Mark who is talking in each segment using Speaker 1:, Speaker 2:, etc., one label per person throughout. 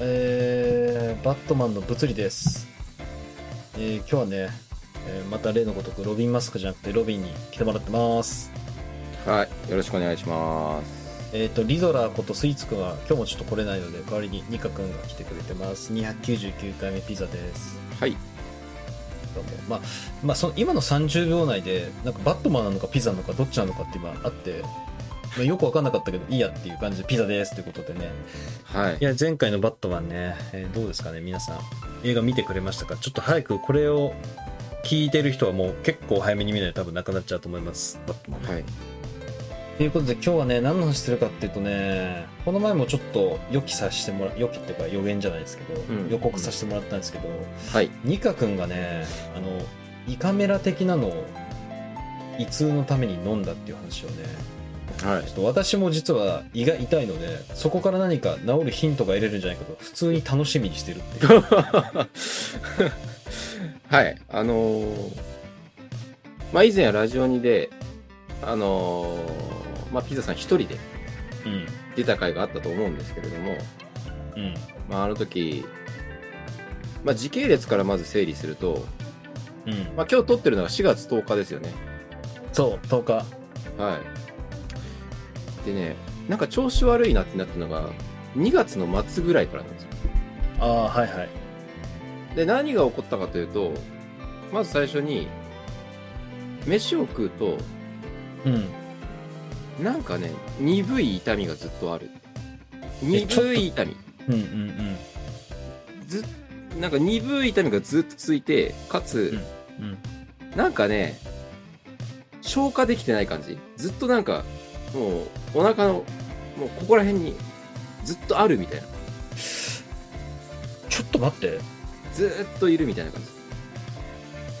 Speaker 1: えーバットマンの物理です、えー今日はね、えーまた例のごとくロビンマスクじゃなくてロビンに来てもらってます
Speaker 2: はい、よろしくお願いします。
Speaker 1: えっ、とリゾラことスイーツくんは今日もちょっと来れないので代わりにニカくんが来てくれてます299回目ピザです
Speaker 2: はい、
Speaker 1: どうもまあ、まあ、その今の30秒内でなんかバットマンなのかピザなのかどっちなのかって今あって、まあ、よく分かんなかったけどいいやっていう感じでピザですということでね
Speaker 2: はい
Speaker 1: い。や前回の「バットマンね」えーどうですかね皆さん映画見てくれましたかちょっと早くこれを聞いてる人はもう結構早めに見ないと多分なくなっちゃうと思いますバットマン
Speaker 2: はい。
Speaker 1: ということで今日はね何の話するかっていうとねこの前もちょっと予期させてもら予期っていうか予言じゃないですけど、
Speaker 2: うん
Speaker 1: 予告させてもらったんですけど、
Speaker 2: はい。
Speaker 1: ニカ君がねあの胃カメラ的なのを胃痛のために飲んだっていう話をね
Speaker 2: は
Speaker 1: ちょっと私も実は胃が痛いのでそこから何か治るヒントが得れるんじゃないかと普通に楽しみにしてるっていう
Speaker 2: い。はい。あのーまあ、以前はラジオにで、あのーまあ、ピザさん一人で
Speaker 1: うん
Speaker 2: 出た回があったと思うんですけれども、
Speaker 1: うん
Speaker 2: まあ、あの時、まあ、時系列からまず整理すると、
Speaker 1: うん
Speaker 2: まあ、今日撮ってるのが4月10日ですよね。
Speaker 1: そう10日
Speaker 2: はい。でね、なんか調子悪いなってなったのが、2月の末ぐらいからなんですよ。
Speaker 1: ああはいはい
Speaker 2: で何が起こったかというとまず最初に飯を食うと
Speaker 1: うん
Speaker 2: なんかね鈍い痛みがずっとある
Speaker 1: えちょっと
Speaker 2: 鈍い痛み
Speaker 1: うんうん
Speaker 2: ずなんか鈍い痛みがずっとついてかつ、
Speaker 1: うんうん
Speaker 2: なんかね消化できてない感じずっとなんかもうお腹のもうここら辺にずっとあるみたいな
Speaker 1: ちょっと待って
Speaker 2: ずっといるみたいな感じ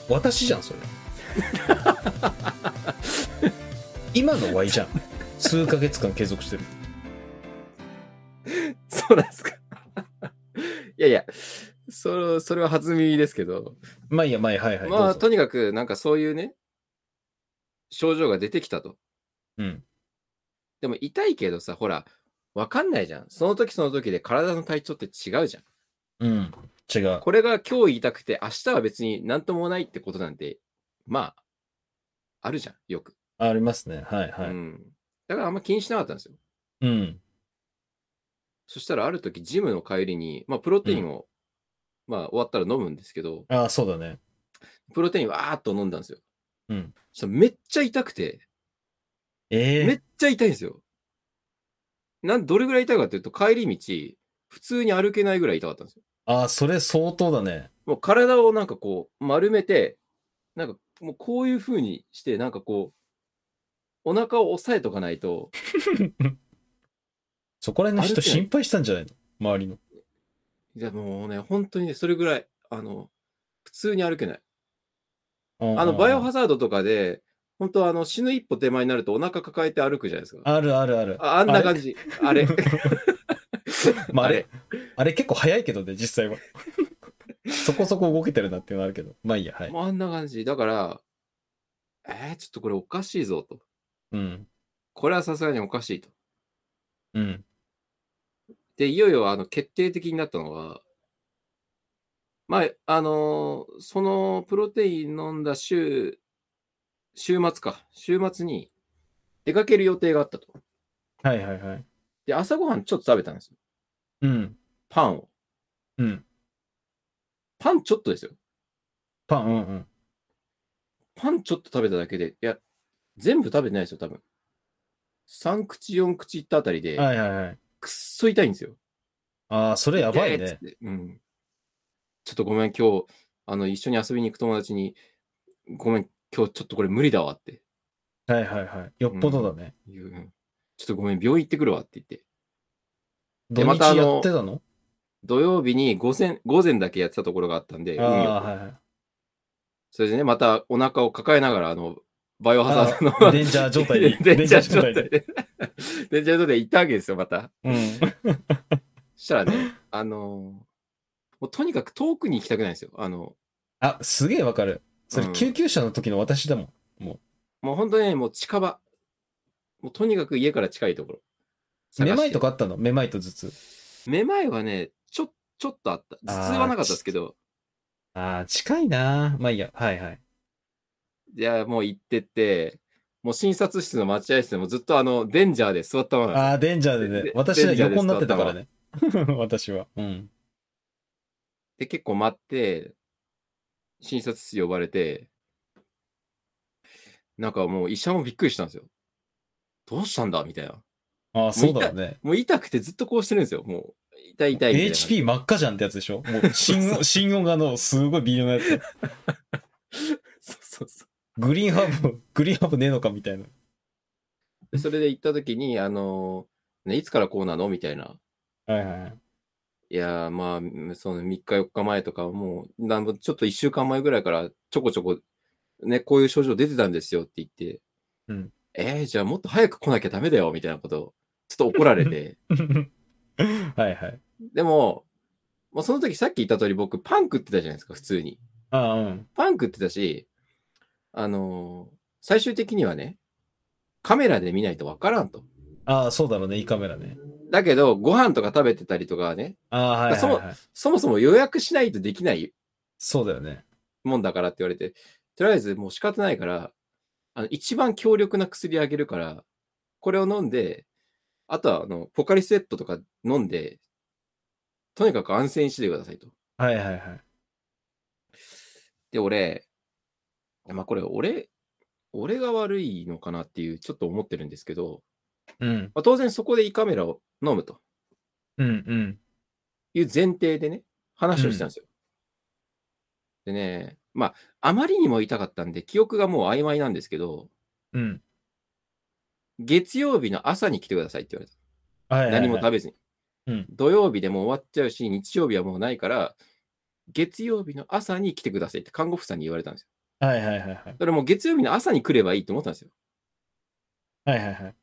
Speaker 1: 私じゃんそ れ今の Y じゃん数ヶ月間継続してる
Speaker 2: そうなんですか いやいやそそれは弾みですけど
Speaker 1: まあいいやまあいいやはいはい
Speaker 2: ま
Speaker 1: ど
Speaker 2: あ、
Speaker 1: うぞ
Speaker 2: とにかく、なんかそういうね、症状が出てきたと。
Speaker 1: うん
Speaker 2: でも痛いけどさ、ほら、わかんないじゃん。その時その時で体の体調って違うじゃん。
Speaker 1: うん違う
Speaker 2: これが今日痛くて、明日は別になんともないってことなんて、まあ、あるじゃん、よく。
Speaker 1: ありますねはいはいううん、
Speaker 2: ん。だからあんま気にしなかったんですよ。そしたらある時、ジムの帰りに、まあ、プロテインを、まあ、終わったら飲むんですけど、
Speaker 1: ああそうだね
Speaker 2: プロテインわーっと飲んだんですよ。
Speaker 1: うん
Speaker 2: そしたらめっちゃ痛くて、
Speaker 1: ええ
Speaker 2: めっちゃ痛いんですよ。なんどれぐらい痛いかっていうと、帰り道、普通に歩けないぐらい痛かったんですよ。
Speaker 1: ああそれ相当だね
Speaker 2: もう体をなんかこう、丸めて、なんかもうこういう風にして、なんかこう、お腹を押さえとかないと、
Speaker 1: そこら辺の人
Speaker 2: 歩けない
Speaker 1: 心配したんじゃないの周りの
Speaker 2: いやもうね、本当にね、それぐらい、あの、普通に歩けない。あの、バイオハザードとかで、本当あの、死ぬ一歩手前になるとお腹抱えて歩くじゃないですか。
Speaker 1: あるあるある
Speaker 2: ああんな感じ。あれ。
Speaker 1: まああれあれ結構早いけどね実際は そこそこ動けてるなっていうのはあるけどまあいいやはい
Speaker 2: もうあんな感じ。だから、えー、ちょっとこれおかしいぞと。
Speaker 1: うん
Speaker 2: これはさすがにおかしいと。
Speaker 1: うん
Speaker 2: で、いよいよあの決定的になったのが、まあ、あのーそのプロテイン飲んだ週、週末か。週末に出かける予定があったと。
Speaker 1: はいはいはい
Speaker 2: で、朝ごはんちょっと食べたんですよ。
Speaker 1: うん
Speaker 2: パンを。
Speaker 1: うん
Speaker 2: パンちょっとですよ。
Speaker 1: パンうんうん
Speaker 2: パンちょっと食べただけで、いや、全部食べてないですよ、多分。3口、4口いったあたりで、
Speaker 1: はいはいはい
Speaker 2: くっそ痛いんですよ。
Speaker 1: ああそれやばい
Speaker 2: イエーイっつ
Speaker 1: ね
Speaker 2: ってうん。ちょっとごめん、今日、あの、一緒に遊びに行く友達に、ごめん、今日ちょっとこれ無理だわって
Speaker 1: はいはいはいよっぽどだね
Speaker 2: 言う。うんちょっとごめん、病院行ってくるわって言って。
Speaker 1: 土
Speaker 2: でま
Speaker 1: 日
Speaker 2: たあの
Speaker 1: やってたの
Speaker 2: 土曜日に午前、午前だけやってたところがあったんで、
Speaker 1: あ
Speaker 2: 運
Speaker 1: あ
Speaker 2: よく
Speaker 1: はいはい
Speaker 2: それでね、またお腹を抱えながら、あの、バイオハザード
Speaker 1: あ
Speaker 2: の。
Speaker 1: デンジャー状態で
Speaker 2: デンジャー状
Speaker 1: デンジャー状態
Speaker 2: 態で。デンジャー状態で行ったわけですよ、また。
Speaker 1: うん
Speaker 2: そしたらね、あのもうとにかく遠くに行きたくないんですよ。あの、
Speaker 1: あすげえわかるそれ
Speaker 2: うん
Speaker 1: 救急車の時の私だもん
Speaker 2: もう本当にね、もう近場。もうとにかく家から近いところ。
Speaker 1: めまいとか
Speaker 2: か
Speaker 1: あったのめまいと頭痛
Speaker 2: めまいはね、ちょっちょっとあった。頭痛はなかったですけど、
Speaker 1: ああ、近いな。まあいいや、はいはい。
Speaker 2: じゃあもう行ってって、もう診察室の待合室でもずっとあの、デンジャーで座ったままなんですよ
Speaker 1: ああ、デンジャーでね
Speaker 2: で。
Speaker 1: 私は
Speaker 2: デンジャーです
Speaker 1: 横になってたからね。 私は。うん。
Speaker 2: で、結構待って、診察室呼ばれて、なんかもう医者もびっくりしたんですよ。どうしたんだみたいな。
Speaker 1: ああ、そうだろうね。
Speaker 2: もう痛くてずっとこうしてるんですよ。もう、痛い痛いみたいな。
Speaker 1: HP 真っ赤じゃんってやつでしょもう、 心音、心音がの、すごい微妙なやつ。
Speaker 2: そうそうそ
Speaker 1: グリーンハー ブ、グリーンハーブねえのかみたいな。
Speaker 2: う。でそれで行った時に、あのーね、いつからこうなのみたいな。
Speaker 1: はいはいはい。
Speaker 2: いやー、まあ、その3日4日前とか、もう、なんぼちょっと1週間前ぐらいから、ちょこちょこ、ね、こういう症状出てたんですよって言って、
Speaker 1: うん
Speaker 2: えー、じゃあもっと早く来なきゃダメだよ、みたいなことを、ちょっと怒ら れて。
Speaker 1: はいはい。
Speaker 2: でも、まあ、その時さっき言った通り僕パン食ってたじゃないですか、普通に。
Speaker 1: ああ、うん。
Speaker 2: パン食ってたし、あのー最終的にはね、カメラで見ないとわからんと。
Speaker 1: ああ、そうだろうね。いいカメラね。
Speaker 2: だけど、ご飯とか食べてたりとかはね、
Speaker 1: ああ、はいはい、はい。
Speaker 2: そもそも予約しないとできない
Speaker 1: そうだよね。
Speaker 2: もんだからって言われて、とりあえずもう仕方ないから、あの一番強力な薬あげるから、これを飲んで、あとはあのポカリスエットとか飲んで、とにかく安静にしててくださいと。
Speaker 1: はいはいはい。
Speaker 2: で、俺、まあこれ、俺、俺が悪いのかなっていう、ちょっと思ってるんですけど、
Speaker 1: うん。
Speaker 2: まあ、当然そこで胃カメラを飲むと
Speaker 1: うんうん。
Speaker 2: いう前提でね、話をしたんですよ。でね、まあ、あまりにも痛かったんで、記憶がもう曖昧なんですけど、
Speaker 1: うん。
Speaker 2: 月曜日の朝に来てくださいって言われた。
Speaker 1: はいはい、はい。
Speaker 2: 何も食べずに。
Speaker 1: うん
Speaker 2: 土曜日でもう終わっちゃうし、日曜日はもうないから、月曜日の朝に来てくださいって看護婦さんに言われたんですよ。
Speaker 1: はいはいはいはい。
Speaker 2: それもう月曜日の朝に来ればいいと思ったんですよ。
Speaker 1: はいはいはい。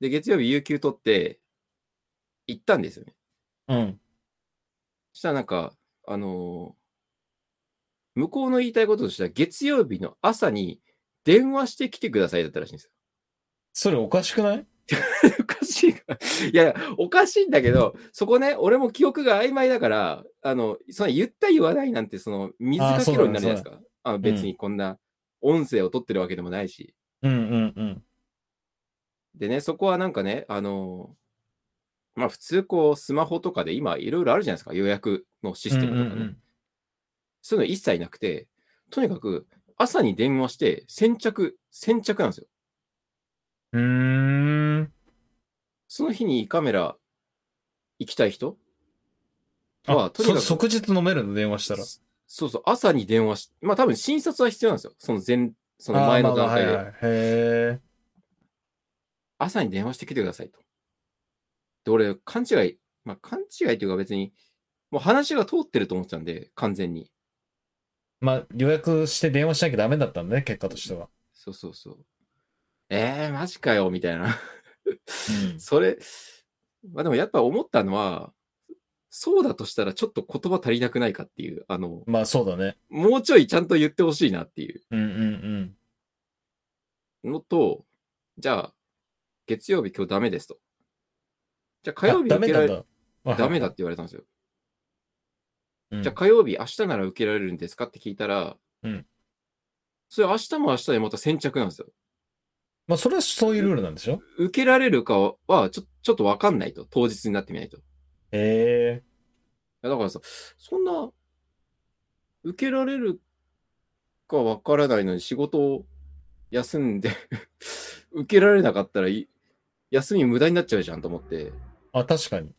Speaker 2: で、月曜日有給取って、行ったんですよね。
Speaker 1: うん。
Speaker 2: そしたらなんか、あのー向こうの言いたいこととしては、月曜日の朝に電話してきてくださいだったらしいんですよ。
Speaker 1: それおかしくない
Speaker 2: おかしいか。 いやいや、おかしいんだけど、そこね、俺も記憶が曖昧だから、あの、その言った言わないなんて、その、水かけ論になるじゃないですか。あの別にこんな音声を取ってるわけでもないし。
Speaker 1: うんうんうん。
Speaker 2: でね、そこはなんかね、あのーまあ普通こう、スマホとかで今いろいろあるじゃないですか。予約のシステムとかね。
Speaker 1: うんうんうん
Speaker 2: そういうの一切なくて、とにかく朝に電話して先着、先着なんですよ。
Speaker 1: うーん。
Speaker 2: その日に胃カメラ行きたい人
Speaker 1: あ、
Speaker 2: は、とにかく
Speaker 1: そ即日飲めるの電話したら。
Speaker 2: そそうそう、朝に電話し、まあ多分診察は必要なんですよ。その前、その前の段階
Speaker 1: あーまあまあはい
Speaker 2: で。
Speaker 1: はいへえ。
Speaker 2: 朝に電話してきてくださいと。で、俺、勘違い、まあ勘違いというか別に、もう話が通ってると思ってたんで、完全に。
Speaker 1: まあ、予約して電話しなきゃダメだったんだね、結果としては。
Speaker 2: そうそうそう。えー、マジかよ、みたいな。
Speaker 1: うん
Speaker 2: それ、まあでもやっぱ思ったのは、そうだとしたらちょっと言葉足りなくないかっていう、あの、
Speaker 1: まあ、そうだね。
Speaker 2: もうちょいちゃんと言ってほしいなっていう
Speaker 1: うんうん
Speaker 2: のと、じゃあ、月曜日今日ダメですと。じゃあ
Speaker 1: う
Speaker 2: 火
Speaker 1: ん。
Speaker 2: 曜
Speaker 1: あ
Speaker 2: 日
Speaker 1: ダメ
Speaker 2: 受け
Speaker 1: な
Speaker 2: ら
Speaker 1: ん
Speaker 2: れ
Speaker 1: だ。
Speaker 2: ダメだ
Speaker 1: は
Speaker 2: って言われたんですよ。
Speaker 1: いはい。
Speaker 2: じゃあ
Speaker 1: うん
Speaker 2: 火曜日、明日なら受けられるんですかって聞いたら、
Speaker 1: うん
Speaker 2: それ明日も明日でまた先着なんですよ。
Speaker 1: まあ、それはそういうルールなんでしょ
Speaker 2: 受けられるかはちょちょっとわかんないと。当日になってみないと。
Speaker 1: へえ。
Speaker 2: いやだからさ、そんな、受けられるかわからないのに仕事を休んで、 受けられなかったらい、休み無駄になっちゃうじゃんと思って、
Speaker 1: あ、確かに。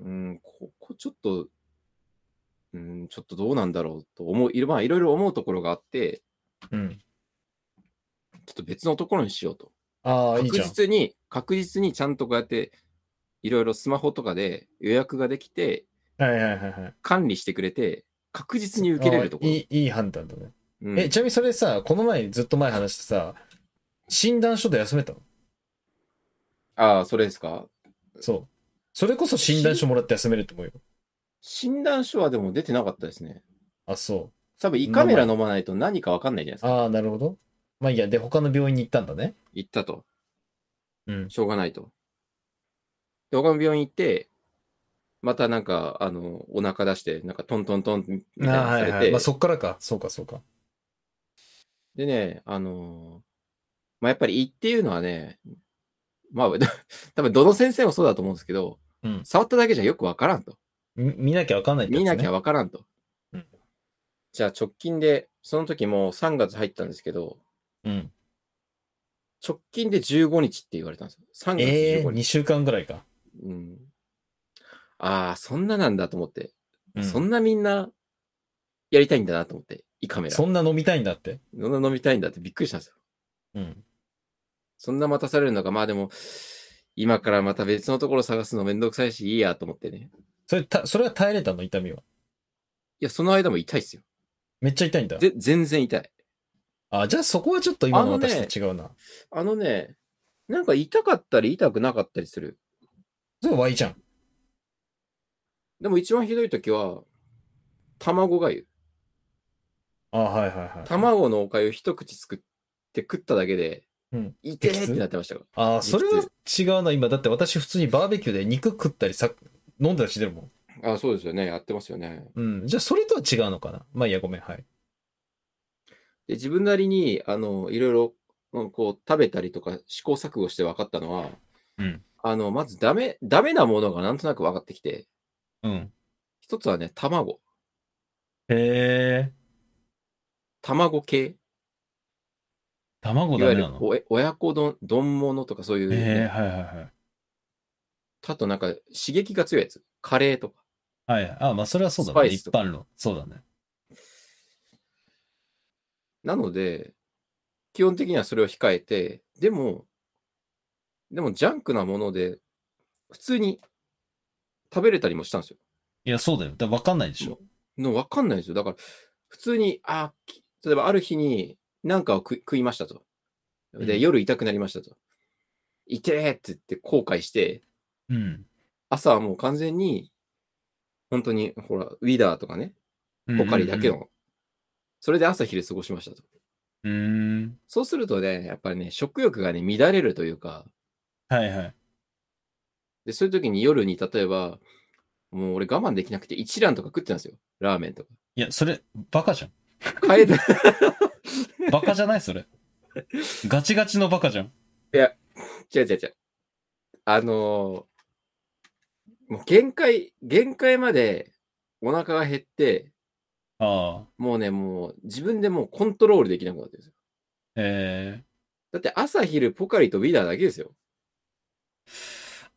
Speaker 2: うん、ここちょっと、うん、ちょっとどうなんだろうと思う、いろまあいろいろ思うところがあって、
Speaker 1: うん。
Speaker 2: ちょっと別のところにしようと。
Speaker 1: ああ、いい
Speaker 2: 確
Speaker 1: じゃん。
Speaker 2: 実に、確実にちゃんとこうやって、いろいろスマホとかで予約ができて、
Speaker 1: はいはいはいはい。
Speaker 2: 管理してくれて、確実に受けれるとこ
Speaker 1: あ
Speaker 2: ろ
Speaker 1: ー。いい、いい判断だね。
Speaker 2: うん
Speaker 1: え、ちなみにそれさ、この前ずっと前話してさ、診断書で休めたの
Speaker 2: ああ、それですか
Speaker 1: そう。それこそ診断書もらって休めると思うよ。
Speaker 2: 診断書はでも出てなかったですね。
Speaker 1: あ、そ
Speaker 2: 多分胃カメラ飲まないと何か分かんないじゃないです
Speaker 1: う。
Speaker 2: か。
Speaker 1: ああ、なるほど。まあいいや、で、他の病院に行ったんだね。
Speaker 2: 行ったと。
Speaker 1: うん。
Speaker 2: しょうがないと。で、他の病院行って、またなんか、あの、お腹出して、なんかトントントンみたいな
Speaker 1: あ
Speaker 2: の
Speaker 1: あ
Speaker 2: さ
Speaker 1: は
Speaker 2: れ
Speaker 1: い
Speaker 2: て、
Speaker 1: はい。まあそっからか。そうかそうか。
Speaker 2: でね、あのーまあ、やっぱり胃っていうのはね、まあ、 多分どの先生もそうだと思うんですけど、
Speaker 1: うん
Speaker 2: 触っただけじゃよくわからんと。
Speaker 1: み見なきゃわかんないってや
Speaker 2: 見
Speaker 1: つね
Speaker 2: なきゃわからんと。
Speaker 1: うん
Speaker 2: じゃあ直近で、その時もう3月入ったんですけど、
Speaker 1: うん。
Speaker 2: 直近で15日って言われたんですよ。3月
Speaker 1: ええ
Speaker 2: 15
Speaker 1: ー、2
Speaker 2: 日。
Speaker 1: 週間ぐらいか。
Speaker 2: うん、ああ、そんななんだと思って、
Speaker 1: うん
Speaker 2: そんなみんなやりたいんだなと思って、胃カメラ。
Speaker 1: そんな飲みたいんだって。
Speaker 2: そんな飲みたいんだってびっくりしたんですよ。
Speaker 1: うん。
Speaker 2: そんな待たされるのか。まあでも、今からまた別のところ探すのめんどくさいし、いいやと思ってね。
Speaker 1: それ、た、それは耐えれたの痛みは。
Speaker 2: いや、その間も痛いっすよ。
Speaker 1: めっちゃ痛いんだ。
Speaker 2: ぜ全然痛い。
Speaker 1: あ、じゃあそこはちょっと今の
Speaker 2: あのね
Speaker 1: 私と違うな。
Speaker 2: あのね、なんか痛かったり痛くなかったりする。
Speaker 1: それ Y じゃん。
Speaker 2: でも一番ひどい時は、卵がゆ。
Speaker 1: あ、はいはいはい。
Speaker 2: 卵のおかゆ一口すくって食っただけで、
Speaker 1: うん
Speaker 2: 痛えってなってましたから。
Speaker 1: あ、それは違うな。今、だって私普通にバーベキューで肉食ったりさ、飲んだりしてるもん。
Speaker 2: あそうですよね。やってますよね。
Speaker 1: うん。じゃあそれとは違うのかな。まあいいや、ごめん。はい。
Speaker 2: で、自分なりに、あの、いろいろ、うんこう、食べたりとか試行錯誤して分かったのは、
Speaker 1: うん
Speaker 2: あの、まずダメ、ダメなものがなんとなく分かってきて、
Speaker 1: うん。
Speaker 2: 一つはね、卵。
Speaker 1: へえ。
Speaker 2: 卵系。
Speaker 1: 卵
Speaker 2: いわゆるおえ親子丼、丼物とかそういうね、
Speaker 1: へえ、はいはいはい。
Speaker 2: あとなんか刺激が強いやつ。カレーとか。
Speaker 1: はい。あ、まあそれはそう
Speaker 2: ス
Speaker 1: だ
Speaker 2: パ
Speaker 1: ね。
Speaker 2: イス
Speaker 1: 一
Speaker 2: とか
Speaker 1: 般論。そうだね。
Speaker 2: なので、基本的にはそれを控えて、でも、でもジャンクなもので、普通に食べれたりもしたんですよ。
Speaker 1: いや、そうだよ。だから分かんないでしょ。
Speaker 2: のわかんないんですよ。だから、普通に、あき例えばある日に何かを食い食いましたと。で、
Speaker 1: うん
Speaker 2: 夜痛くなりましたと。痛えって言って後悔して、
Speaker 1: うん。
Speaker 2: 朝はもう完全に、本当に、ほら、ウィダーとかね、ポカリだけの、それで朝昼過ごしましたと。
Speaker 1: うんうんうん。うーん。
Speaker 2: そうするとね、やっぱりね、食欲がね、乱れるというか、
Speaker 1: はいはい。
Speaker 2: で、そういう時に夜に例えば、もう俺我慢できなくて一蘭とか食ってたんですよ。ラーメンとか。
Speaker 1: いや、それ、バカじゃん。
Speaker 2: 変えた。い
Speaker 1: バカじゃないそれ。ガチガチのバカじゃん。
Speaker 2: や、 違う違う違う。あのーもう限界、限界までお腹が減って、
Speaker 1: ああ。
Speaker 2: もうね、もう自分でもうコントロールできなくなってるんですよ。
Speaker 1: え
Speaker 2: だって朝昼ポカリとウィダーだけですよ。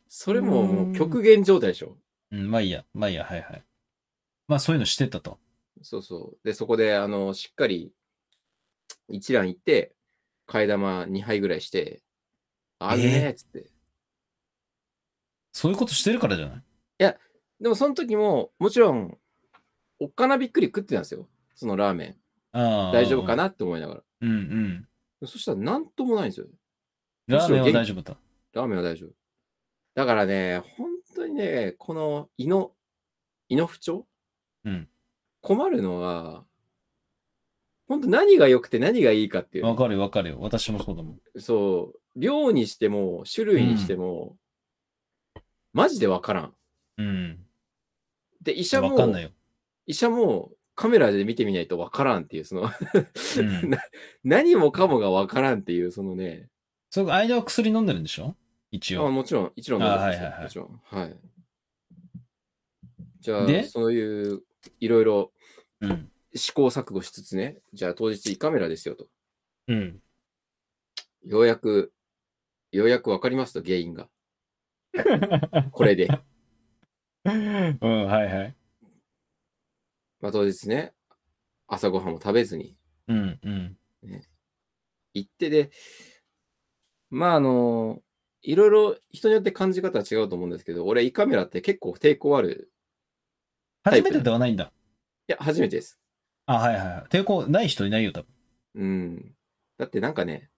Speaker 2: それももう極限状態でしょ。
Speaker 1: えうん、まあいいや。まあいいや。はいはい。まあそういうのしてたと。
Speaker 2: そうそう。で、そこで、あの、しっかり一覧行って、替え玉2杯ぐらいして、あげね
Speaker 1: え
Speaker 2: えっつって。
Speaker 1: そういうことしてるからじゃない
Speaker 2: でもその時も、もちろん、おっかなびっくり食ってたんですよ。そのラーメン。
Speaker 1: ああ。
Speaker 2: 大丈夫かなって思いながら。
Speaker 1: うんうん。
Speaker 2: そしたらなんともないんですよ。
Speaker 1: ラーメンは大丈夫だ。
Speaker 2: ラーメンは大丈夫。だからね、本当にね、この胃の、胃の不調
Speaker 1: うん
Speaker 2: 困るのは、本当何が良くて何がいいかってい
Speaker 1: わ
Speaker 2: う。
Speaker 1: かるよわかるよ。私もそうだもん。
Speaker 2: そう、量にしても、種類にしても、マジでわからん。
Speaker 1: うん。
Speaker 2: で、医者
Speaker 1: わかん
Speaker 2: も
Speaker 1: ない、よ。
Speaker 2: 医者もカメラで見てみないとわからんっていう、その
Speaker 1: うん
Speaker 2: な、何もかもがわからんっていう、そのね、
Speaker 1: その間は薬飲んでるんでしょ一
Speaker 2: あ
Speaker 1: 応。
Speaker 2: もちろん、一論
Speaker 1: あ
Speaker 2: なんですよ
Speaker 1: はいはいはい
Speaker 2: もちろん。はい。じゃあ
Speaker 1: で、
Speaker 2: そういう、いろいろ
Speaker 1: うん。
Speaker 2: 試行錯誤しつつね、じゃあ当日胃カメラですよと。
Speaker 1: うん。
Speaker 2: ようやく、ようやくわかりますと、原因が。こ れで。
Speaker 1: うん、はいはい。
Speaker 2: まあ当日ね、朝ごはんも食べずに
Speaker 1: うんうん。
Speaker 2: 行ってで、まああの、いろいろ人によって感じ方は違うと思うんですけど、俺胃カメラって結構抵抗ある。タイ
Speaker 1: 初
Speaker 2: プ
Speaker 1: めてではないんだ。
Speaker 2: いや、初めてです。
Speaker 1: あ、はいはいはい。抵抗ない人いないよ、多分。
Speaker 2: うん。だってなんかね、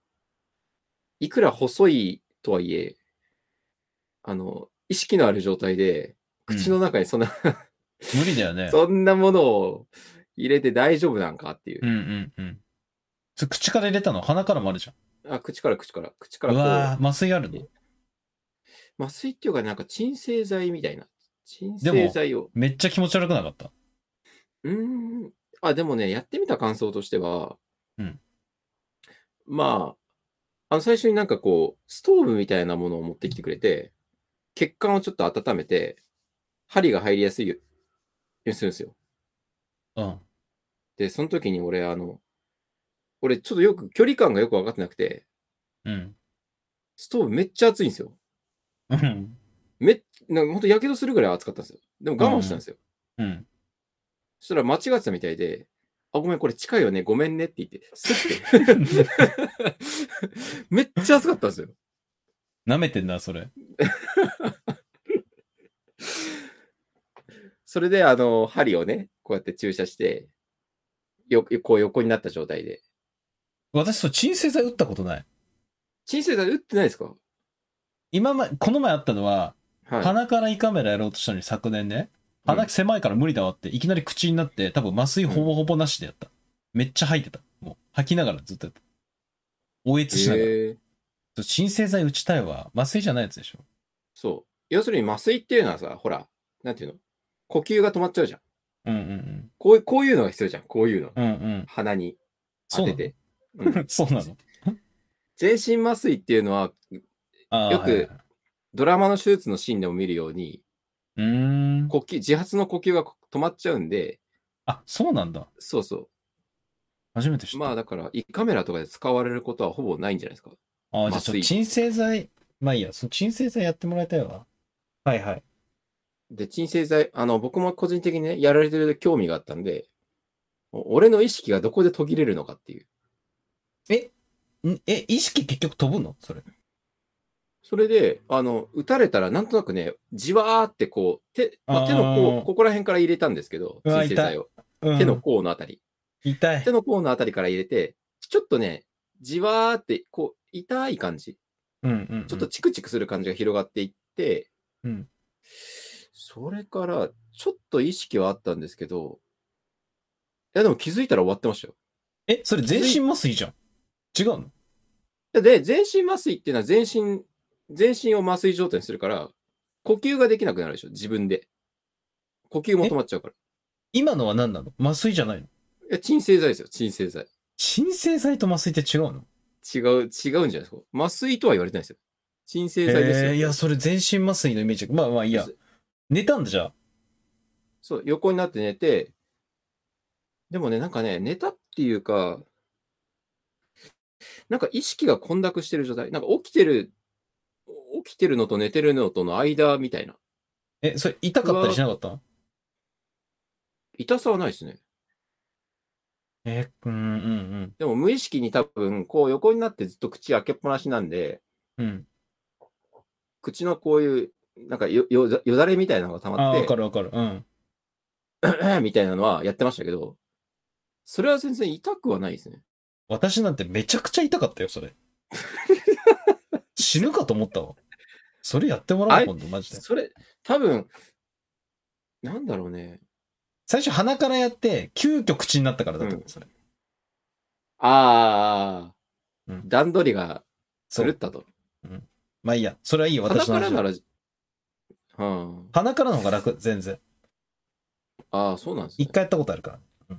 Speaker 2: いくら細いとはいえ、あの、意識のある状態で、口の中にそんな、
Speaker 1: 無理だよね。
Speaker 2: そんなものを入れて大丈夫なんかっていう
Speaker 1: う。んうんうん。それ口から入れたの鼻からもあるじ
Speaker 2: あ、口から口から、口か
Speaker 1: ゃん。う
Speaker 2: らこ
Speaker 1: わー麻酔あるの
Speaker 2: う、麻酔っていうかなんか鎮静剤みたいな、鎮静剤を。
Speaker 1: めっちゃ気持ち悪くなかった。
Speaker 2: うーん。あ、でもね、やってみた感想としては、
Speaker 1: うん
Speaker 2: まあ、あの、最初になんかこう、ストーブみたいなものを持ってきてくれて、血管をちょっと温めて、針が入りやすいようにするんですよ。
Speaker 1: うん。
Speaker 2: で、その時に俺、あの、俺、ちょっとよく、距離感がよく分かってなくて、
Speaker 1: うん。
Speaker 2: ストーブめっちゃ熱いんですよ。
Speaker 1: うん。
Speaker 2: めっ、なんかほんと、やけどするぐらい熱かったんですよ。でも我慢したんですよ。
Speaker 1: うん。
Speaker 2: そしたら間違ってたみたいで、あ、ごめん、これ近いよね、ごめんねって言って、ス ッて。めっちゃ暑かったんですよ。
Speaker 1: 舐めてんだ、それ。
Speaker 2: それで、あの、針をね、こうやって注射して、よ、こう横になった状態で。
Speaker 1: 私、そう、鎮静剤打ったことない。
Speaker 2: 鎮静剤打ってないですか
Speaker 1: 今ま、この前あったのは、
Speaker 2: はい。
Speaker 1: 鼻から胃カメラやろうとしたのに昨年ね、鼻狭いから無理だわって、いきなり口になって、多分麻酔ほぼほぼなしでやった。めっちゃ吐いてた。もう、吐きながらずっとやった。応
Speaker 2: え
Speaker 1: 越しながら。
Speaker 2: ー
Speaker 1: そう鎮静剤打ちたいわ。麻酔じゃないやつでしょ。
Speaker 2: そう。要するに麻酔っていうのはさ、ほら、なんていうの呼吸が止まっちゃうじゃん。
Speaker 1: うんうん
Speaker 2: こういう、こういうのが必要じゃん。こういうの。
Speaker 1: うん。うんうん。
Speaker 2: 鼻に
Speaker 1: そ
Speaker 2: 当
Speaker 1: う
Speaker 2: て
Speaker 1: な
Speaker 2: て。
Speaker 1: の そうなの。
Speaker 2: 全身麻酔っていうのは、
Speaker 1: あー
Speaker 2: よく
Speaker 1: はいはいう
Speaker 2: ドラマの手術のシーンでも見るように、
Speaker 1: ーん。
Speaker 2: 呼吸、自発の呼吸が止まっちゃうんで、
Speaker 1: あ、そうなんだ。
Speaker 2: そうそ
Speaker 1: 初めて知った。
Speaker 2: う。まあだから、胃カメラとかで使われることはほぼないんじゃないですか。
Speaker 1: あー、じゃあ
Speaker 2: 麻
Speaker 1: ちょっと
Speaker 2: 酔
Speaker 1: 鎮静剤、まあいいや、その鎮静剤やってもらいたいわ。はいはい。
Speaker 2: で、鎮静剤、あの、僕も個人的にね、やられてる興味があったんで、お俺の意識がどこで途切れるのかっていう。
Speaker 1: んえ、意識結局飛ぶのそれ。
Speaker 2: それで、あの、打たれたら、なんとなくね、じわーってこう、手、まあ
Speaker 1: あー
Speaker 2: 手の甲、ここら辺から入れたんですけど、
Speaker 1: うわ
Speaker 2: 鎮静剤を。
Speaker 1: うん
Speaker 2: 手の甲のあたり。
Speaker 1: 痛い
Speaker 2: 手。の甲のあたりから入れて、ちょっとね、じわーって、こう、痛い感じ。
Speaker 1: うんうんうん。
Speaker 2: ちょっとチクチクする感じが広がっていって、
Speaker 1: うん
Speaker 2: それから、ちょっと意識はあったんですけど、いや、でも気づいたら終わってましたよ。
Speaker 1: え、それ全身麻酔じゃん。違うの
Speaker 2: で、全身麻酔っていうのは全身、全身を麻酔状態にするから、呼吸ができなくなるでしょ、自分で。呼吸も止まっちゃうから。
Speaker 1: 今のは何なの麻酔じゃないの
Speaker 2: いや、鎮静剤ですよ、鎮静剤。
Speaker 1: 鎮静剤と麻酔って違うの
Speaker 2: 違う、違うんじゃないですか。麻酔とは言われてないですよ。鎮
Speaker 1: え
Speaker 2: 静剤ですよ。
Speaker 1: ーいや、それ全身麻酔のイメージ。まあまあいいや
Speaker 2: そ。
Speaker 1: 寝たんだじゃあ。
Speaker 2: そう、横になって寝て、でもね、なんかね、寝たっていうか、なんか意識が混濁してる状態。なんか起きてる、起きてるのと寝てるのとの間みたいな。
Speaker 1: え、それ痛かったりしなかった
Speaker 2: 痛さはないですね。
Speaker 1: えー、うんうん
Speaker 2: でも無意識に多分、こう横になってずっと口開けっぱなしなんで、
Speaker 1: うん。うん。
Speaker 2: 口のこういう、なんかよよだよだれみたいなのが溜
Speaker 1: あ
Speaker 2: ま
Speaker 1: あ、
Speaker 2: っ
Speaker 1: わ
Speaker 2: て
Speaker 1: か、るわかる。うん。
Speaker 2: みたいなのはやってましたけど、それは全然痛くはないですね。
Speaker 1: 私なんてめちゃくちゃ痛かったよ、それ。死ぬかと思ったわ。それやってもら
Speaker 2: あ
Speaker 1: おう、
Speaker 2: い
Speaker 1: 今度、マジで。
Speaker 2: それ、多分、なんだろうね。
Speaker 1: 最初鼻からやって、急遽口になったからだと思う、
Speaker 2: うん
Speaker 1: それ。
Speaker 2: ああ、
Speaker 1: うん
Speaker 2: 段取りが
Speaker 1: そ
Speaker 2: 狂っ
Speaker 1: う。
Speaker 2: たと。
Speaker 1: まあいいや。それはいいよ、
Speaker 2: 鼻
Speaker 1: 私の
Speaker 2: から
Speaker 1: 話
Speaker 2: な
Speaker 1: は。
Speaker 2: ら、うん、
Speaker 1: 鼻からの方が楽、全然。
Speaker 2: ああ、そうなんです、ね
Speaker 1: 一。回やったことあるから。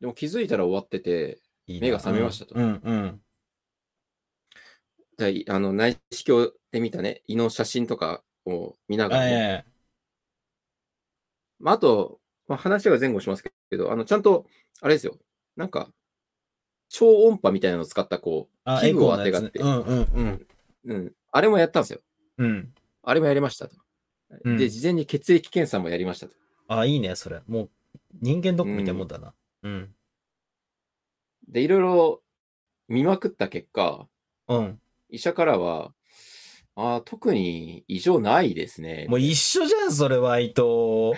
Speaker 2: でも気づいたら終わってて、
Speaker 1: いいな
Speaker 2: 目が覚めましたと
Speaker 1: うんうん。
Speaker 2: だいあの内視鏡で見たね、胃の写真とかを見ながら、ね
Speaker 1: ええ
Speaker 2: まあ、あと、まあ、話が前後しますけど、あのちゃんと、あれですよ、なんか、超音波みたいなのを使った、こ
Speaker 1: あ、
Speaker 2: 器
Speaker 1: エ
Speaker 2: 具
Speaker 1: コ
Speaker 2: を
Speaker 1: ー
Speaker 2: 当
Speaker 1: の
Speaker 2: て
Speaker 1: や
Speaker 2: がっ
Speaker 1: つ
Speaker 2: て
Speaker 1: ね。うんうんうん。
Speaker 2: う、うん、あれもやったんですよ。
Speaker 1: うん。
Speaker 2: あれもやりましたと。
Speaker 1: うん
Speaker 2: で、事前に血液検査もやりましたと。
Speaker 1: あ、いいね、それ。もう、人間ドックみたいなもんだな。うん。
Speaker 2: で、いろいろ見まくった結果、
Speaker 1: うん。
Speaker 2: 医者からは、あー特に異常ないですね。
Speaker 1: もう一緒じゃん、それは、伊藤。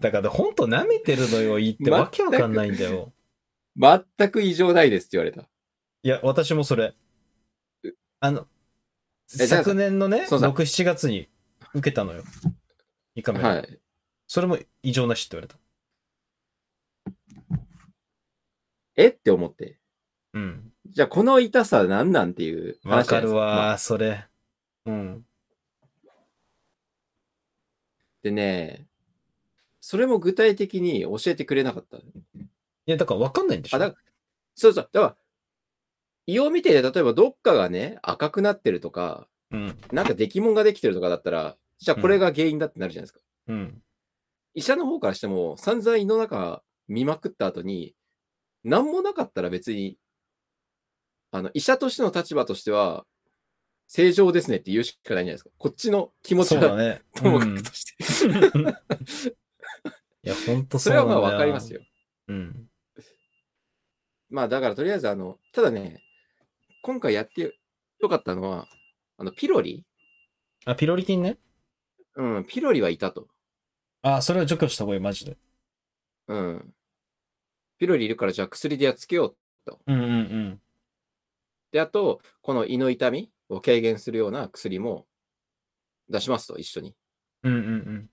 Speaker 1: だから、ほんと舐めてるのよ、いいって。
Speaker 2: 全く
Speaker 1: わけわかんないんだよ。
Speaker 2: 全く異常ないですって言われた。
Speaker 1: いや、私もそれ。あの、
Speaker 2: えじゃあ
Speaker 1: 昨年のね、
Speaker 2: そう
Speaker 1: 6、
Speaker 2: さ
Speaker 1: 7月に受けたのよ。胃カメラ。
Speaker 2: はい。
Speaker 1: それも異常なしって言われた。
Speaker 2: えって思って。
Speaker 1: うん。
Speaker 2: じゃあ、この痛さなんなんっていう話
Speaker 1: わ
Speaker 2: じゃ
Speaker 1: か
Speaker 2: ないです
Speaker 1: る
Speaker 2: まあ
Speaker 1: わ、それ。うん。
Speaker 2: でね、それも具体的に教えてくれなかった。
Speaker 1: いや、だから分かんないんでしょ。
Speaker 2: あだそうそう。だから、胃を見て、例えばどっかがね、赤くなってるとか、
Speaker 1: うん。
Speaker 2: なんか出来物ができてるとかだったら、じゃあこれが原因だってなるじゃないですか。
Speaker 1: うん。
Speaker 2: 医者の方からしても、散々胃の中見まくった後に、何もなかったら別に、あの、医者としての立場としては、正常ですねって言うしかないじゃないですか。こっちの気持ち
Speaker 1: そうだ
Speaker 2: は
Speaker 1: ね。
Speaker 2: ともか
Speaker 1: うん
Speaker 2: くとして。
Speaker 1: い や、ほんと
Speaker 2: そうれ
Speaker 1: な
Speaker 2: は
Speaker 1: んだ
Speaker 2: ま
Speaker 1: よ
Speaker 2: あわかりますよ。
Speaker 1: うん。
Speaker 2: まあだからとりあえずあの、ただね、今回やってよかったのは、あの、ピロリ
Speaker 1: あ、ピロリ菌ね。
Speaker 2: うん、ピロリはいたと。
Speaker 1: あ、それは除去した方がいい、マジで。
Speaker 2: うん。ピロリいるからじゃあ薬でやっつけよう。
Speaker 1: うんうんうん。
Speaker 2: で、あと、この胃の痛みを軽減するような薬も出しますと、一緒に。
Speaker 1: うんうんうん。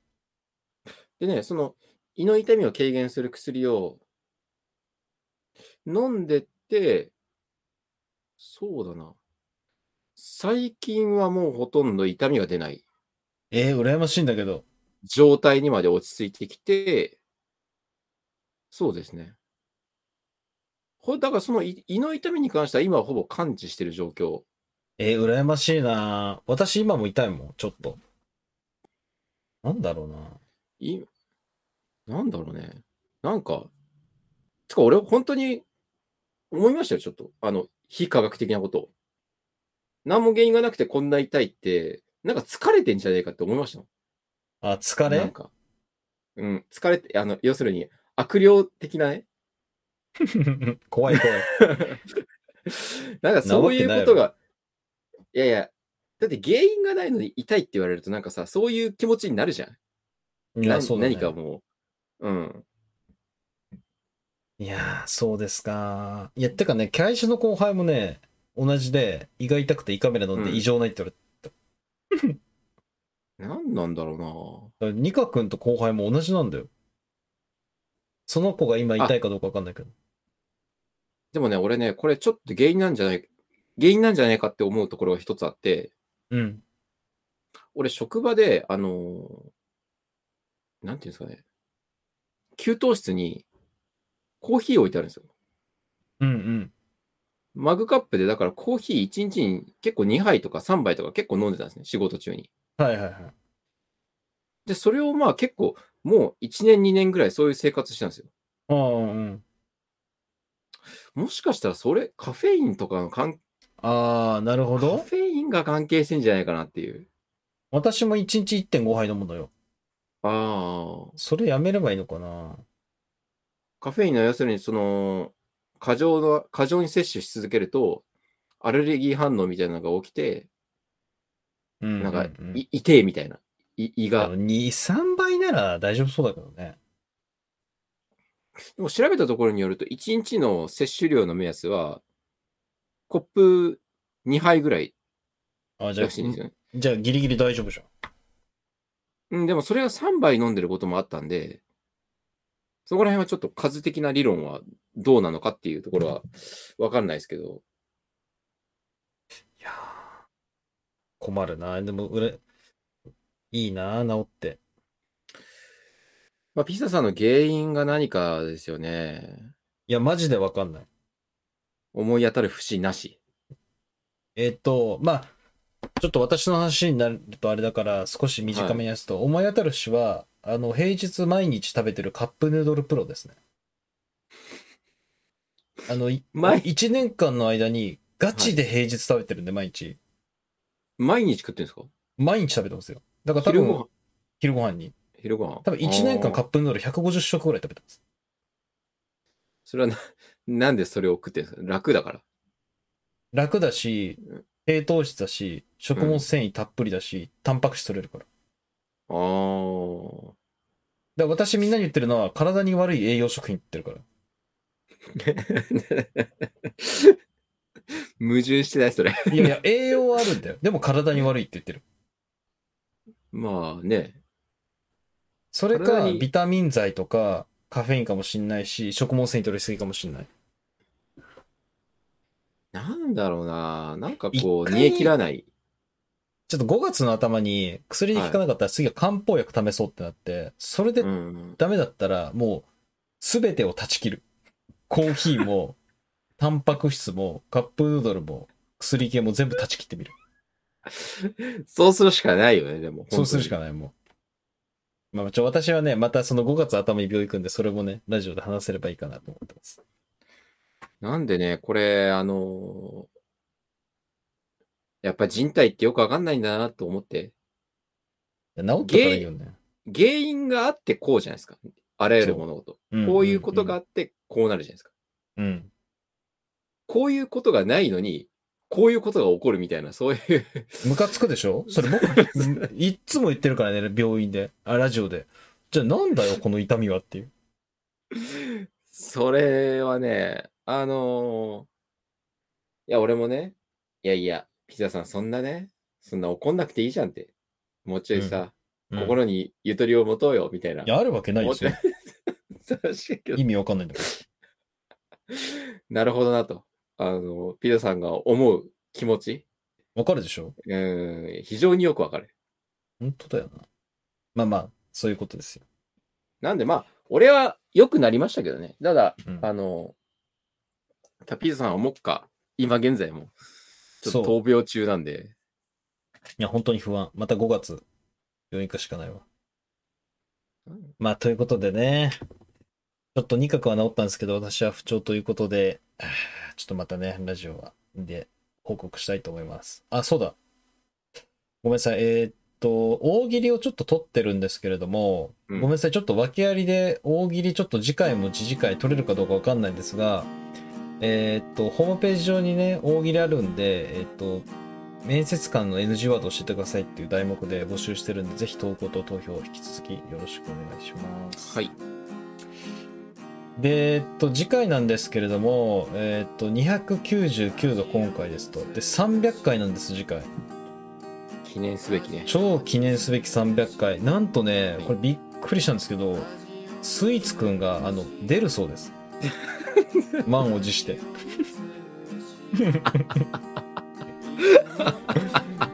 Speaker 2: でね、その胃の痛みを軽減する薬を飲んでって、そうだな。最近はもうほとんど痛みが出ない
Speaker 1: えー、羨ましいんだけど。
Speaker 2: 状態にまで落ち着いてきて、そうですね。ほだからその胃胃の痛みに関しては今はほぼ完治してる状況。
Speaker 1: えー、羨ましいな私今も痛いもん、ちょっと。なんだろうない
Speaker 2: なんだろうね。なんか、つか俺本当に思いましたよ、ちょっと。あの、非科学的なことを。何も原因がなくてこんな痛いって、なんか疲れてんじゃねえかって思いましたもん。
Speaker 1: あ、疲
Speaker 2: なん
Speaker 1: れ
Speaker 2: か。うん、疲れて、あの、要するに悪霊的なね。
Speaker 1: 怖い 怖い。
Speaker 2: なんかそういう
Speaker 1: なわけない
Speaker 2: ことが、いやいや、だって原因がないのに痛いって言われると、なんかさ、そういう気持ちになるじゃん。
Speaker 1: いや、
Speaker 2: な
Speaker 1: そうだね
Speaker 2: 何かもう。うん。
Speaker 1: いやー、そうですか。いや、てかね、会社の後輩もね、同じで、胃が痛くて胃カメラ飲んで
Speaker 2: うん
Speaker 1: 異常ないって言われて、
Speaker 2: 何なんだろ
Speaker 1: だからニカ君と後輩も同じなんだよ。その子が今痛いかどうかわかんないけど。
Speaker 2: うな。でもね、俺ね、これちょっと原因なんじゃない、原因なんじゃないかって思うところが一つあって、
Speaker 1: うん。
Speaker 2: 俺、職場で、あのーなんていうんですかね、給湯室にコーヒー置いてあるんですよ。
Speaker 1: うんうん。
Speaker 2: マグカップで、だからコーヒー1日に結構2杯とか3杯とか結構飲んでたんですね、仕事中に。
Speaker 1: はいはいはい。
Speaker 2: で、それをまあ結構、もう1年、2年ぐらいそういう生活してたんですよ。
Speaker 1: ああ、うん。
Speaker 2: もしかしたらそれ、カフェインとかの関
Speaker 1: ああ、なるほ
Speaker 2: カ
Speaker 1: ど。
Speaker 2: フェインが関係してんじゃないかなっていう。
Speaker 1: 私も1日1.5杯飲むのよ。
Speaker 2: ああ。
Speaker 1: それやめればいいのかな。
Speaker 2: カフェインの要するに、その、過剰の、過剰に摂取し続けると、アレルギー反応みたいなのが起きて、
Speaker 1: うん
Speaker 2: なんか、
Speaker 1: うう
Speaker 2: い、痛えみたいな。い胃
Speaker 1: あ
Speaker 2: が
Speaker 1: の。2、3倍なら大丈夫そうだけどね。
Speaker 2: でも調べたところによると、1日の摂取量の目安は、コップ2杯ぐらい
Speaker 1: あじゃあ
Speaker 2: らしいんですよね。
Speaker 1: じゃあギリギリ大丈夫じゃん。
Speaker 2: うん、でもそれが3杯飲んでることもあったんで、そこら辺はちょっと数的な理論はどうなのかっていうところはわかんないですけど、
Speaker 1: いやー困るな。でも、うれ、いいな、治って。
Speaker 2: まあ、ピザさんの原因が何かですよね。
Speaker 1: いや、マジでわかんない。
Speaker 2: 思い当たる節なし。
Speaker 1: えっ、と、まあ、ちょっと私の話になるとあれだから、少し短めにやすと、思い当たる節は、あの、平日毎日食べてるカップヌードルプロですね。あの、い
Speaker 2: 毎
Speaker 1: 1年間の間に、ガチで平日食べてるんで、毎日。
Speaker 2: 毎日食ってるんですか
Speaker 1: 毎日食べてますよ。だから多
Speaker 2: 昼
Speaker 1: 分、
Speaker 2: ご飯
Speaker 1: 昼ご飯に。
Speaker 2: 昼ご飯
Speaker 1: 多分1年間カッ
Speaker 2: あー
Speaker 1: プヌードル150食ぐらい食べてます。
Speaker 2: それはな、なんでそれを食ってるんですか楽だから。
Speaker 1: 楽だし
Speaker 2: うん、
Speaker 1: 低糖質だし、食物繊維たっぷりだし、タンパク質取れるから。
Speaker 2: あー
Speaker 1: だから私みんなに言ってるのは、体に悪い栄養食品って言ってるから。
Speaker 2: 矛盾してない、それ。
Speaker 1: いやいや、栄養はあるんだよ。でも体に悪いって言ってる。
Speaker 2: まあね。
Speaker 1: それか
Speaker 2: 体、に
Speaker 1: ビタミン剤とか、カフェインかもしんないし、食物繊維取りすぎかもしんない。
Speaker 2: なんだろうな。なんかこ
Speaker 1: 一
Speaker 2: う、
Speaker 1: 回
Speaker 2: 煮え切らない。
Speaker 1: ちょっと5月の頭に薬で効かなかったら次は漢方薬試そうってなって、それで
Speaker 2: うん。
Speaker 1: ダメだったらもう全てを断ち切る。コーヒー も、タンパク質も、カップヌードルも、薬系も全部断ち切ってみる。
Speaker 2: そうするしかないよね、でも。
Speaker 1: そうするしか
Speaker 2: ない。
Speaker 1: ない、もう。まあ、ちょ、私はね、またその5月頭に病院行くんで、それもね、ラジオで話せればいいかなと思ってます。
Speaker 2: なんでね、これ、あのーやっぱ人体ってよくわかんないんだなと思って、
Speaker 1: いや治ったからいいよね。
Speaker 2: 原因があってこうじゃないですか。あらゆる物事。
Speaker 1: ん
Speaker 2: こういうことがあ。ってこうなるじゃないですか。
Speaker 1: うん。
Speaker 2: こういうことがないのに、こういうことが起こるみたいな、そういう。
Speaker 1: ムカつくでしょそれ僕、い っつも言ってるからね、病院で。あ、ラジオで。じゃあなんだよ、この痛みはっていう。
Speaker 2: それはね、あのーいや、俺もね、いやいや、ピザさん、そんなね、そんな怒んなくていいじゃんって。もうちょいさ、
Speaker 1: うん
Speaker 2: 心にゆとりを持とうよ、みたいな。
Speaker 1: いや、あるわけないですよ。
Speaker 2: 確かに
Speaker 1: 意味わかんないんだか
Speaker 2: なるほどなと。あの、ピザさんが思う気持ち、
Speaker 1: ら。わかるでしょ
Speaker 2: うん、非常によくわかる。
Speaker 1: 本当だよな。まあまあ、そういうことですよ。
Speaker 2: なんで、まあ、俺は良くなりましたけどね。ただ、
Speaker 1: うん
Speaker 2: あの、たピザさんはもっか、今現在も、ちょっと
Speaker 1: そう
Speaker 2: 闘病中なんで、
Speaker 1: いや、本当に不安。また5月、病院行くしかないわ。まあ、ということでね。ちょっと二角は治ったんですけど、私は不調ということで、 あーちょっとまたね、ラジオは、で、報告したいと思います。あ、そうだ。ごめんなさい。えーっと、大喜利をちょっと取ってるんですけれども、
Speaker 2: うん
Speaker 1: ごめんなさい。ちょっと訳ありで、大喜利ちょっと次回も次次回取れるかどうかわかんないんですが、えーっと、ホームページ上にね、大喜利あるんで、えーっと、面接官の NG ワードを教えてくださいっていう題目で募集してるんで、ぜひ投稿と投票引き続きよろしくお願いします。
Speaker 2: はい。
Speaker 1: で、えっと、次回なんですけれども、えっと、299度今回ですと。で、300回なんです、次回。
Speaker 2: 記念すべきね。
Speaker 1: 超記念すべき300回。なんとね、これびっくりしたんですけど、スイーツくんが、あの、出るそうです。満を持して。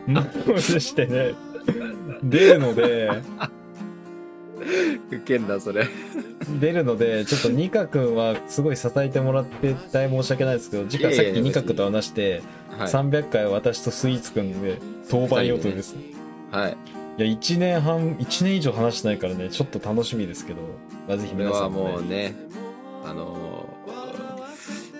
Speaker 1: 満を持してね、出るので、
Speaker 2: 受けんだ、それ。
Speaker 1: 出るので、ちょっとニカ君はすごい支えてもらって大変申し訳ないですけど、次回
Speaker 2: い
Speaker 1: さ
Speaker 2: や
Speaker 1: っ
Speaker 2: いや
Speaker 1: きニカ君と話して、
Speaker 2: は
Speaker 1: 300回私とスイーツ君で当番予定です。い
Speaker 2: い。はい。
Speaker 1: や、1年半、1年以上話してないからね、ちょっと楽しみですけど、まあ、ぜひ
Speaker 2: これ
Speaker 1: 皆さ
Speaker 2: は
Speaker 1: んも、ね、
Speaker 2: もうね、あの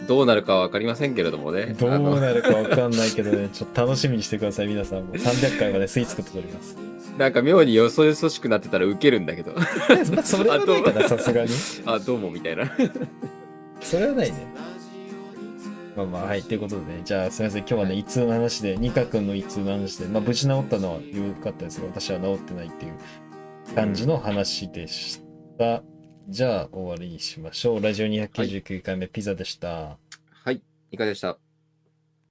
Speaker 2: どうなるかわかりませんけれどもね。
Speaker 1: ど
Speaker 2: あ
Speaker 1: う
Speaker 2: の
Speaker 1: なるかわかんないけどね、ちょっと楽しみにしてください、皆さんも。300回までスイーツ君と撮り ます。
Speaker 2: なんか妙によそよそしくなってたらウケるんだけど。
Speaker 1: まあ、それはないか
Speaker 2: あど
Speaker 1: な、
Speaker 2: う
Speaker 1: さすがに。
Speaker 2: あ、どうもみたいな。
Speaker 1: それはないね。まあまあ、はい、ということでね、じゃあすみません、今日はね、
Speaker 2: はい
Speaker 1: 胃痛の話で、ニカ君の胃痛の話で、まあ、無事治ったのは良かったですが、私は治ってないっていう感じの話でした。じゃあ、終わりにしましょう。ラジオ299回目、ピザでした。
Speaker 2: はい。いかがでした